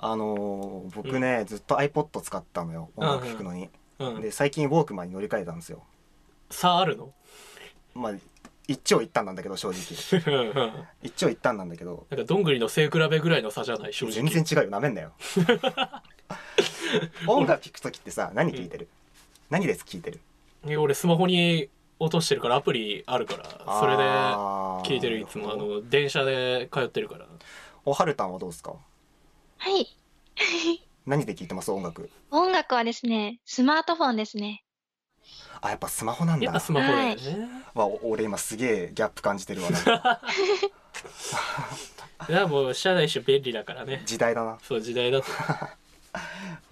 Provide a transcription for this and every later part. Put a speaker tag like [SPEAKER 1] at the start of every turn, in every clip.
[SPEAKER 1] あのー僕ね、ずっと iPod 使ったのよ音楽聴くのに、
[SPEAKER 2] うん
[SPEAKER 1] で最近ウォークマンに乗り換えたんですよ
[SPEAKER 2] 差あるの
[SPEAKER 1] まあ一長一短なんだけど正直
[SPEAKER 2] うんうん
[SPEAKER 1] 一長一短なんだけど
[SPEAKER 2] なんかどんぐりの背比べぐらいの差じゃない正直
[SPEAKER 1] 全然違うよなめん なよ音楽聴く時ってさ何聴いてる、何です聴いてる
[SPEAKER 2] え俺スマホに落としてるからアプリあるからそれで
[SPEAKER 1] あー
[SPEAKER 2] 聞いてるいつもあ
[SPEAKER 1] なるほど
[SPEAKER 2] の電車で通ってるから
[SPEAKER 1] おはるたんはどうですか
[SPEAKER 3] はい。
[SPEAKER 1] 何で聴いてます音楽
[SPEAKER 3] 音楽はですね、スマートフォンですね。
[SPEAKER 1] あやっぱスマホなん
[SPEAKER 2] やっ
[SPEAKER 1] だ
[SPEAKER 2] ぱスマホだよね、
[SPEAKER 1] わお俺今すげえギャップ感じてるわなんか
[SPEAKER 2] い、やもう社内一緒便利だから ね
[SPEAKER 1] 時代だな
[SPEAKER 2] そう時代だと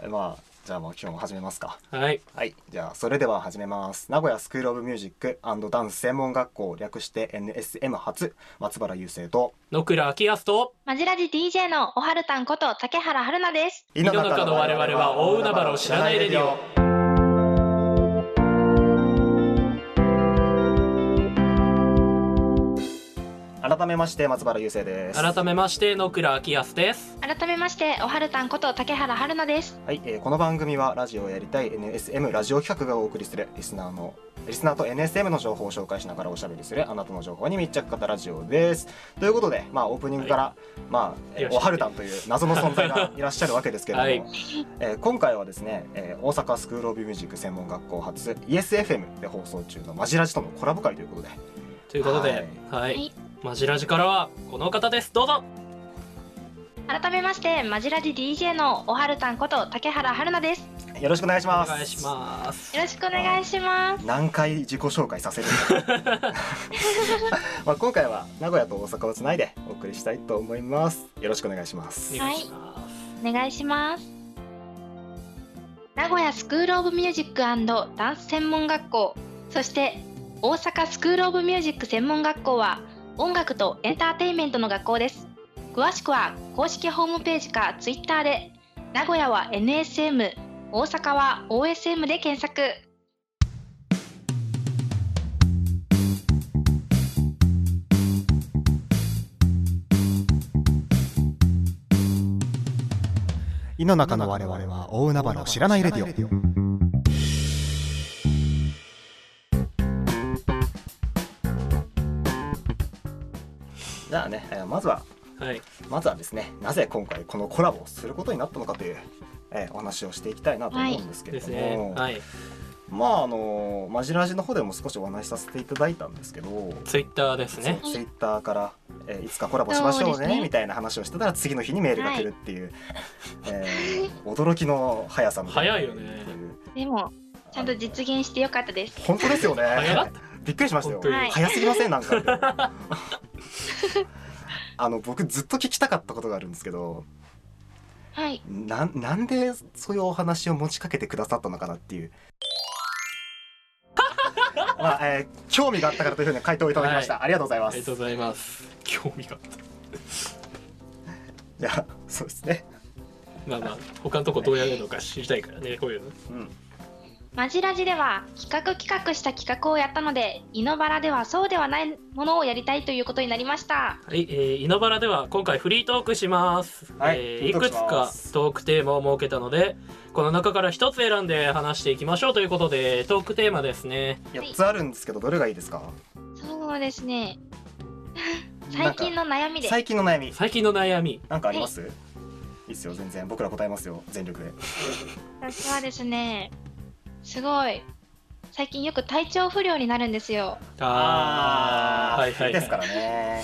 [SPEAKER 1] まあじゃあまあ今日も始めますか
[SPEAKER 2] はい
[SPEAKER 1] はいじゃあそれでは始めます名古屋スクール・オブ・ミュージックダンス専門学校略して NSM 初松原優生と
[SPEAKER 2] 野倉昭康と
[SPEAKER 3] マジラジ DJ のおはるたんこと竹原春菜です。
[SPEAKER 1] 井
[SPEAKER 2] 井の中の我々は大海原を知らないレディオ
[SPEAKER 1] 改めまして松原優生です
[SPEAKER 2] 改めまして野倉昭康です
[SPEAKER 3] 改めまして、おはるたんこと竹原春菜です。
[SPEAKER 1] はい、えーこの番組はラジオをやりたい NSM ラジオ企画がお送りするリスナーのリスナーと NSM の情報を紹介しながらおしゃべりするあなたの情報に密着型ラジオです。ということで、まあ、オープニングから、まあえー
[SPEAKER 2] いらっしゃい
[SPEAKER 1] おはるたんという謎の存在がいらっしゃるわけですけれども、
[SPEAKER 2] はい
[SPEAKER 1] えー今回はですね、えー大阪スクール・オブ・ミュージック専門学校発 ESFM で放送中のマジラジとのコラボ会ということで
[SPEAKER 2] ということではい、
[SPEAKER 3] はい
[SPEAKER 2] マジラジからはこの方ですどうぞ
[SPEAKER 3] 改めまして、マジラジ DJ のおはるたんこと竹原春菜です。
[SPEAKER 1] よろしくお願いし
[SPEAKER 2] お
[SPEAKER 1] ます。
[SPEAKER 2] 願いします
[SPEAKER 3] よろしくお願いします。
[SPEAKER 1] 何回自己紹介させるんだ まあ今回は名古屋と大阪をつないでお送りしたいと思いますよろしくお願いします
[SPEAKER 2] お
[SPEAKER 3] い
[SPEAKER 2] 願いします
[SPEAKER 3] お願いします名古屋スクール・オブ・ミュージックダンス専門学校そして大阪スクール・オブ・ミュージック専門学校は音楽とエンターテインメントの学校です詳しくは公式ホームページか Twitter で名古屋は NSM 大阪は OSM で検索
[SPEAKER 1] 井の中の我々は大海原を知らないレディオじゃあね、えーまずは
[SPEAKER 2] はい
[SPEAKER 1] まずはですねなぜ今回このコラボをすることになったのかという、えーお話をしていきたいなと思うんですけれ
[SPEAKER 2] で
[SPEAKER 1] ど
[SPEAKER 2] す
[SPEAKER 1] も、
[SPEAKER 2] ねはい
[SPEAKER 1] まああのマジラジの方でも少しお話しさせていただいたんですけど
[SPEAKER 2] ツイッターですね
[SPEAKER 1] そうツイッターから、えーいつかコラボしましょ
[SPEAKER 3] そうう
[SPEAKER 1] ね
[SPEAKER 3] ですね
[SPEAKER 1] みたいな話をしてたら次の日にメールが来るっていう、えー驚きの速さみたな
[SPEAKER 2] 早いよね
[SPEAKER 3] でもちゃんと実現してよかったです
[SPEAKER 1] 本当ですよね
[SPEAKER 2] 早かっ
[SPEAKER 1] びっくりしましたよ
[SPEAKER 2] 本当
[SPEAKER 3] にはい
[SPEAKER 1] 早すぎませんなんかあの僕ずっと聞きたかったことがあるんですけど
[SPEAKER 3] はい
[SPEAKER 1] なんなんでそういうお話を持ちかけてくださったのかなって いうまあ、えー興味があったからというふうに回答をいただきました、
[SPEAKER 2] は
[SPEAKER 1] ありがとうございま
[SPEAKER 2] あ
[SPEAKER 1] す
[SPEAKER 2] りがとうございます興味があった
[SPEAKER 1] じゃあそうですね
[SPEAKER 2] まあまあ他のとこどうやるのか知りたいからねこういうの
[SPEAKER 1] うん
[SPEAKER 3] マジラジでは企画企画した企画をやったので、イノバラではそうではないものをやりたいということになりました。
[SPEAKER 2] はい、えー、イノバラでは今回フリートークします、
[SPEAKER 1] はい
[SPEAKER 2] え
[SPEAKER 1] フ
[SPEAKER 2] ー
[SPEAKER 1] リートーク
[SPEAKER 2] いく
[SPEAKER 1] し
[SPEAKER 2] つ
[SPEAKER 1] ま
[SPEAKER 2] か
[SPEAKER 1] す
[SPEAKER 2] トークテーマを設けたのでこの中から一つ選んで話していきましょうということでトークテーマですね
[SPEAKER 1] 4つあるんですけどどれがいいですか
[SPEAKER 3] そうですね。
[SPEAKER 1] なんか
[SPEAKER 3] 最近の悩みです。
[SPEAKER 1] 最近の悩み
[SPEAKER 2] 最近の悩み
[SPEAKER 1] なんかありますいいっすよ全然僕ら答えますよ全力で
[SPEAKER 3] 私はですね、すごい。最近よく体調不良になるんですよ。
[SPEAKER 1] ー
[SPEAKER 2] ーはいはい、はい、
[SPEAKER 1] ですからね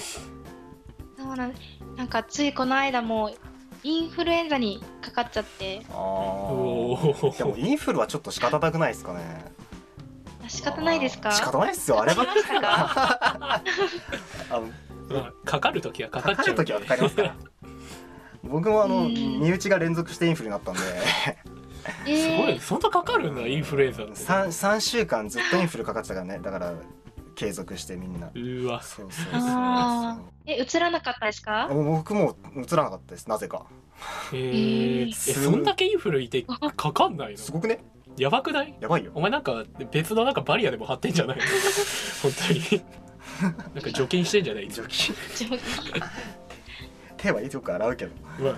[SPEAKER 3] そうなんなんかついこの間もインフルエンザにかかっちゃって、
[SPEAKER 1] あ
[SPEAKER 2] お
[SPEAKER 1] ー
[SPEAKER 2] ー
[SPEAKER 1] でもインフルはちょっと仕方なくないですかね
[SPEAKER 3] あ仕方ないですか
[SPEAKER 1] 仕方ないっすよあ ればっかりだ なあの
[SPEAKER 2] ま あかかるときはかか
[SPEAKER 1] か
[SPEAKER 2] っ
[SPEAKER 1] か
[SPEAKER 2] ち
[SPEAKER 1] る
[SPEAKER 2] ゃう
[SPEAKER 1] 時はかかりますから僕もあの
[SPEAKER 3] うん
[SPEAKER 1] 身内が連続してインフルになったんで
[SPEAKER 3] え
[SPEAKER 2] すごい
[SPEAKER 3] ー、
[SPEAKER 2] そんなかかるんだインフルエンザって
[SPEAKER 1] 3, 3週間ずっとインフルかかってたからねだから継続してみんな
[SPEAKER 2] うわ
[SPEAKER 1] そうそうそう
[SPEAKER 3] あ
[SPEAKER 1] そう
[SPEAKER 3] え、映らなかったですか
[SPEAKER 1] もう僕も映らなかったですなぜか
[SPEAKER 2] えー、
[SPEAKER 3] え
[SPEAKER 2] え
[SPEAKER 3] ー
[SPEAKER 2] そんだけインフルいてかかんない
[SPEAKER 1] す
[SPEAKER 2] の
[SPEAKER 1] ごくね
[SPEAKER 2] やばくない
[SPEAKER 1] やばいよ
[SPEAKER 2] お前なんか別のなんかバリアでも張ってんじゃないの本当になんか除菌してんじゃない
[SPEAKER 1] 除菌手はよく洗うけど
[SPEAKER 2] うわ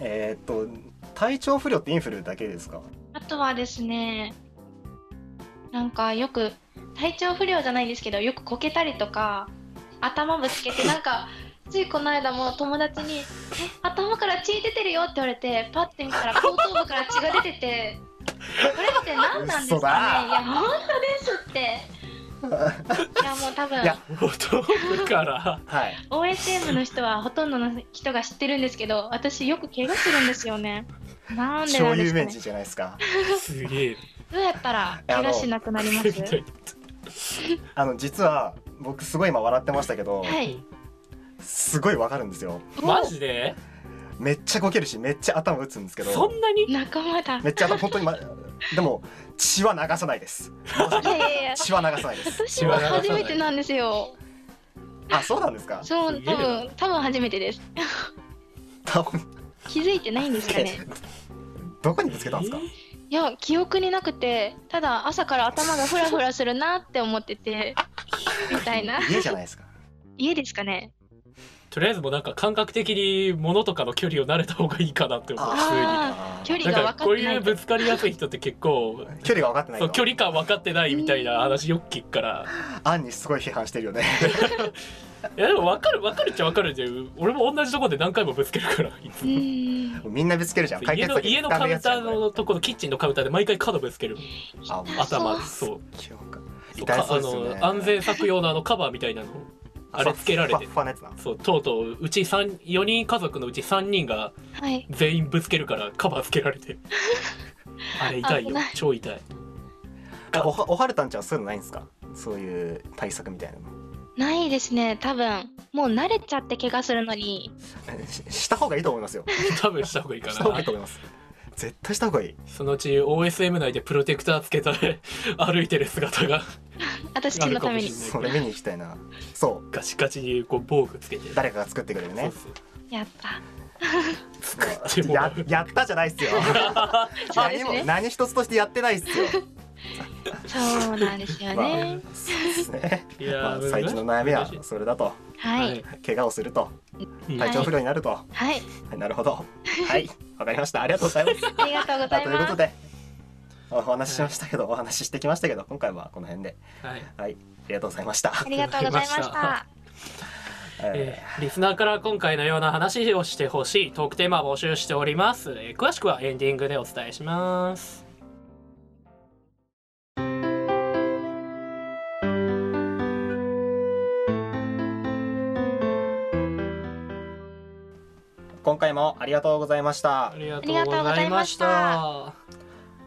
[SPEAKER 1] えーっと体調不良ってインフルだけですか
[SPEAKER 3] あとはですねなんかよく体調不良じゃないですけどよくこけたりとか頭ぶつ けてなんかついこの間も友達に「え頭から血出てるよ」って言われてパッて見たら後頭部から血が出ててこれって何なんです
[SPEAKER 1] 嘘
[SPEAKER 3] か
[SPEAKER 1] だ
[SPEAKER 3] ねいや本当ですっていやもう多分
[SPEAKER 1] いや
[SPEAKER 2] 音から
[SPEAKER 1] はい
[SPEAKER 3] OSM の人はほとんどの人が知ってるんですけど私よく怪我するんですよねなんでな
[SPEAKER 1] 超
[SPEAKER 3] んで
[SPEAKER 1] 有
[SPEAKER 3] すか
[SPEAKER 1] 名
[SPEAKER 3] ね
[SPEAKER 1] 人じゃないですか
[SPEAKER 2] すげえ
[SPEAKER 3] どうやったら怪我しなくなります
[SPEAKER 2] みたい
[SPEAKER 1] あの実は僕すごい今笑ってましたけど、
[SPEAKER 3] はい
[SPEAKER 1] すごいわかるんですよ
[SPEAKER 2] マジで
[SPEAKER 1] めっちゃこけるしめっちゃ頭打つんですけ
[SPEAKER 2] そ
[SPEAKER 1] ど
[SPEAKER 2] んなに
[SPEAKER 3] 仲間だ
[SPEAKER 1] めっちゃ頭本当に、ま、でも血は流さないです
[SPEAKER 3] いやいやいや
[SPEAKER 1] 血は流さないです
[SPEAKER 3] 私も初めてなんですよ
[SPEAKER 1] あそうなんですか
[SPEAKER 3] そう
[SPEAKER 2] すげ
[SPEAKER 3] 多
[SPEAKER 2] え
[SPEAKER 3] 分多分初めてです
[SPEAKER 1] 多分
[SPEAKER 3] 気づいてないんですかね
[SPEAKER 1] どこにぶつけたんですか
[SPEAKER 3] いや記憶になくてただ朝から頭がフラフラするなって思っててみたいな
[SPEAKER 1] 家じゃないですか
[SPEAKER 3] 家ですかね
[SPEAKER 2] とりあえずもうなんか感覚的に物とかの距離を慣れた方がいいかなって思う普通に
[SPEAKER 3] あー距
[SPEAKER 2] な
[SPEAKER 3] 離
[SPEAKER 2] ん
[SPEAKER 3] が
[SPEAKER 2] か
[SPEAKER 3] 分か
[SPEAKER 2] こう
[SPEAKER 3] ってない
[SPEAKER 2] いうぶつかりやすい人って結構
[SPEAKER 1] 距離が分かってない
[SPEAKER 2] そう
[SPEAKER 1] の
[SPEAKER 2] 距離感分かってないみたいな話よく聞くから
[SPEAKER 1] アンにすごい批判してるよね
[SPEAKER 2] いやでも分かる分かるっちゃ分かるじゃん俺も同じとこで何回もぶつけるからいつ
[SPEAKER 3] う
[SPEAKER 2] も
[SPEAKER 3] ーん
[SPEAKER 1] みんなぶつけるじゃん解
[SPEAKER 2] 家
[SPEAKER 1] 決
[SPEAKER 2] の
[SPEAKER 1] 策
[SPEAKER 2] 家のカウンター
[SPEAKER 1] ダメなや
[SPEAKER 2] のところキッチンのカウンターで毎回角ぶつける
[SPEAKER 1] つじゃんこれあもう
[SPEAKER 2] 頭そう
[SPEAKER 1] そうか
[SPEAKER 2] そ
[SPEAKER 1] 痛
[SPEAKER 2] う
[SPEAKER 1] い
[SPEAKER 2] か
[SPEAKER 1] そ
[SPEAKER 2] あ
[SPEAKER 1] うですよね
[SPEAKER 2] の安全策用のあのカバーみたいなのあれつけられて
[SPEAKER 1] ふわふわのやつな
[SPEAKER 2] そうとうとううち三4人家族のうち3人が
[SPEAKER 3] はい
[SPEAKER 2] 全員ぶつけるからカバーつけら れてあれ痛い
[SPEAKER 3] 危
[SPEAKER 2] よ
[SPEAKER 3] ない
[SPEAKER 2] 超痛い
[SPEAKER 1] あおはおはるたんちゃんそういうのないんですかそういう対策みたいなの
[SPEAKER 3] ないですね多分もう慣れちゃって怪我するのに
[SPEAKER 1] しした方がいいと思いますよ
[SPEAKER 2] 多分した方がいいか
[SPEAKER 1] した方がい
[SPEAKER 2] ない
[SPEAKER 1] と思います絶対した方がいい
[SPEAKER 2] そのうち OSM 内でプロテクターつけた 歩いてる姿が
[SPEAKER 3] 私のためにい
[SPEAKER 1] それ見に行きたいなそ
[SPEAKER 2] ガチガチにこう防具つけて
[SPEAKER 1] う誰かが作ってくれるね
[SPEAKER 2] そうそう
[SPEAKER 3] やった
[SPEAKER 2] 作ってもら
[SPEAKER 1] や
[SPEAKER 2] う
[SPEAKER 1] やったじゃないっすよ
[SPEAKER 3] そうで
[SPEAKER 1] 何
[SPEAKER 3] す
[SPEAKER 1] も
[SPEAKER 3] ね
[SPEAKER 1] 何一つとしてやってないっすよ
[SPEAKER 3] そうなんです よ
[SPEAKER 1] まあ
[SPEAKER 3] ね
[SPEAKER 1] そうですね
[SPEAKER 2] いや
[SPEAKER 1] まあ
[SPEAKER 2] ー
[SPEAKER 1] 最近の悩みは
[SPEAKER 2] 難しい
[SPEAKER 1] それだと
[SPEAKER 3] はいはい、
[SPEAKER 1] 怪我をすると
[SPEAKER 2] い
[SPEAKER 1] 体調不良になると、は
[SPEAKER 3] はい、
[SPEAKER 1] い、なるほどはいわかりましたありがとうございます
[SPEAKER 3] ありがとうご
[SPEAKER 1] さ
[SPEAKER 3] ざ
[SPEAKER 1] あ
[SPEAKER 3] い
[SPEAKER 1] という
[SPEAKER 3] ま
[SPEAKER 1] こ
[SPEAKER 3] す
[SPEAKER 1] とでお話ししましたけど、お話ししてきましたけど今回はこの辺で
[SPEAKER 2] はい
[SPEAKER 1] はいありがとうございました、
[SPEAKER 3] ありがとうございました
[SPEAKER 1] え
[SPEAKER 2] えーリスナーから今回のような話をしてほしいトークテーマを募集しております、えー詳しくはエンディングでお伝えします
[SPEAKER 1] ー今回もありがとうございました
[SPEAKER 2] ありが
[SPEAKER 3] とうございました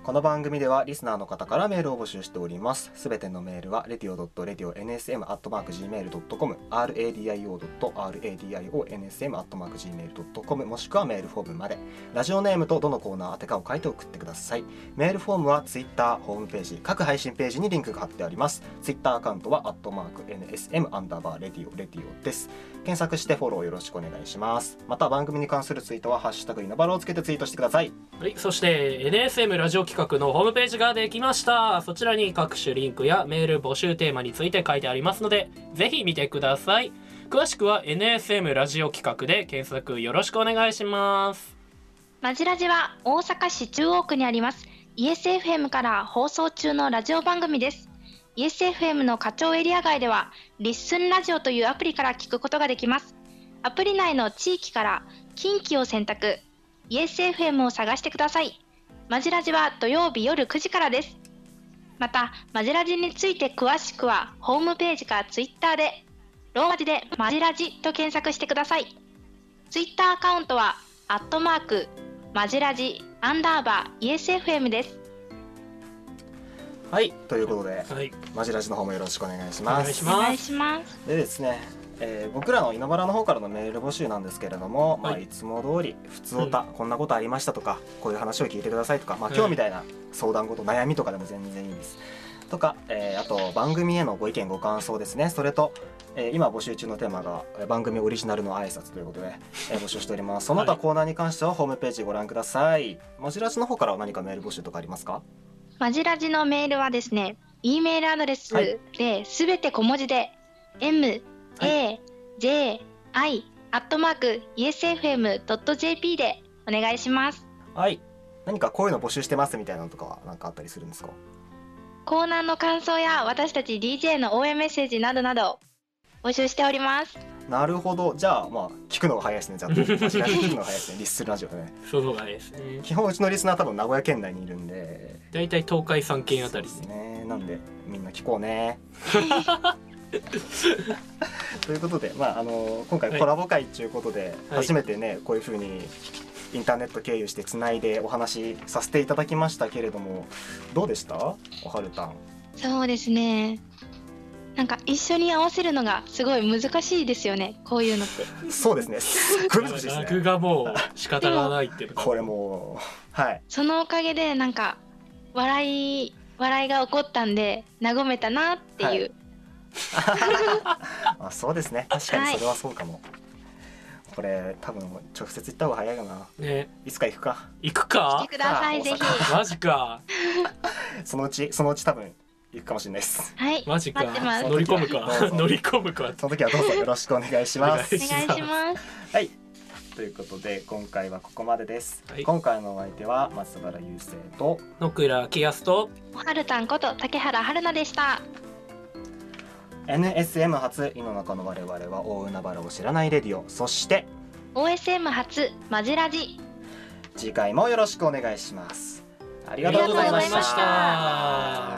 [SPEAKER 1] この番組ではリスナーの方からメールを募集しております。すべてのメールは radio.radio.nsm.gmail.com、radio.radio.nsm.gmail.com もしくはメールフォームまで。ラジオネームとどのコーナー宛てかを書いて送ってください。メールフォームは Twitter、ホームページ、各配信ページにリンクが貼ってあります。Twitter アカウントは、アットマーク NSM アンダーバーレディオレディオです。検索してフォローよろしくお願いします。また番組に関するツイートは、ハッシュタグイナバラをつけてツイートしてください。
[SPEAKER 2] はい、そして NSM ラジオ企画のホームページができましたそちらに各種リンクやメール募集テーマについて書いてありますのでぜひ見てください詳しくは NSM ラジオ企画で検索よろしくお願いします
[SPEAKER 3] マジラジは大阪市中央区にありますイエス FM から放送中のラジオ番組ですイエス FM の課長エリア外ではリッスンラジオというアプリから聞くことができますアプリ内の地域から近畿を選択イエス FM を探してくださいマジラジは土曜日夜9時からですまたマジラジについて詳しくはホームページかツイッターでローマ字でマジラジと検索してくださいツイッターアカウントは、アットマーク、マジラジ、アンダーバー、イエス FM です。
[SPEAKER 1] はい、ということで。
[SPEAKER 2] はい
[SPEAKER 1] マジラジの方もよろしくお願いします。
[SPEAKER 2] お願いし
[SPEAKER 3] お
[SPEAKER 2] ます
[SPEAKER 3] 願いします。
[SPEAKER 1] でですね、えー僕らの稲原の方からのメール募集なんですけれども、い、まあ
[SPEAKER 2] はい
[SPEAKER 1] いつも通り普通おた、こんなことありましたとか、こういう話を聞いてくださいとか、まあ
[SPEAKER 2] はい
[SPEAKER 1] 今日みたいな相談事、悩みとかでも全然いいです。とか、えーあと番組へのご意見ご感想ですね。それと。えー今募集中のテーマがえー番組オリジナルの挨拶ということで、えー募集しております。その他
[SPEAKER 2] はい
[SPEAKER 1] コーナーに関してはホームページご覧ください。マジラジの方からは何かメール募集とかありますか？
[SPEAKER 3] マジラジのメールはですね、E メールアドレス
[SPEAKER 1] はい
[SPEAKER 3] で、すべて小文字で、m,
[SPEAKER 2] は
[SPEAKER 3] a, j, i, アットマーク、イエス FM.jp でお願いします
[SPEAKER 2] はい
[SPEAKER 1] 何かこういうの募集してますみたいなのとかはなんかあったりするんですか
[SPEAKER 3] コーナーの感想や私たち DJ の応援メッセージなどなど募集しております
[SPEAKER 1] なるほどじゃあまあ聞くのが早いですね じゃあ確かに聞くのが早いですねリスするラジオでね
[SPEAKER 2] そうがですね
[SPEAKER 1] 基本うちのリスナー多分名古屋県内にいるんで
[SPEAKER 2] 大体東海3県あたりです
[SPEAKER 1] そう
[SPEAKER 2] ね
[SPEAKER 1] ですねなんでみんな聞こう ねということで、まあ、あの今
[SPEAKER 2] は
[SPEAKER 1] 回
[SPEAKER 2] い
[SPEAKER 1] コラボ会ということで、
[SPEAKER 2] はい
[SPEAKER 1] 初めてねこういうふうにインターネット経由してつないでお話しさせていただきましたけれどもどうでしたおはるたん
[SPEAKER 3] そうですねなんか一緒に合わせるのがすごい難しいですよねこういうのって
[SPEAKER 1] そうですねすっごい難しいです
[SPEAKER 2] ラグ
[SPEAKER 1] ね
[SPEAKER 2] がもう仕方がないっていうの が
[SPEAKER 1] これもうはい
[SPEAKER 3] そのおかげでなんか笑い笑いが起こったんで和めたなっていう、
[SPEAKER 1] はいあそうですね確かにそれはそうかも、これ多分直接行った方が早いかな
[SPEAKER 2] ね
[SPEAKER 1] いつか行くか
[SPEAKER 2] 行く
[SPEAKER 3] 来
[SPEAKER 2] か
[SPEAKER 3] てください
[SPEAKER 1] さ
[SPEAKER 3] ぜ
[SPEAKER 1] あ
[SPEAKER 3] ひ
[SPEAKER 2] マジか
[SPEAKER 1] そのうちそのうち多分行くかもしれないです
[SPEAKER 3] はい
[SPEAKER 2] マジか
[SPEAKER 3] 待ってます
[SPEAKER 2] 乗り込むか
[SPEAKER 1] どうぞ
[SPEAKER 2] 乗り込むか
[SPEAKER 1] その時はどうぞよろしくお願いします
[SPEAKER 3] お願いします
[SPEAKER 1] はいということで今回はここまでです、
[SPEAKER 2] はい
[SPEAKER 1] 今回のお相手は松原雄生と
[SPEAKER 2] 野倉キアスと
[SPEAKER 3] おはるたんこと竹原春菜でした
[SPEAKER 1] NSM 初井の中の我々は大海原を知らないレディオそして
[SPEAKER 3] OSM 初マジラジ
[SPEAKER 1] 次回もよろしくお願いしますあり
[SPEAKER 2] あ
[SPEAKER 1] が
[SPEAKER 2] り
[SPEAKER 1] とう
[SPEAKER 2] がとう
[SPEAKER 1] ござ
[SPEAKER 2] ご
[SPEAKER 1] いま
[SPEAKER 2] ざいま
[SPEAKER 1] し
[SPEAKER 2] したた。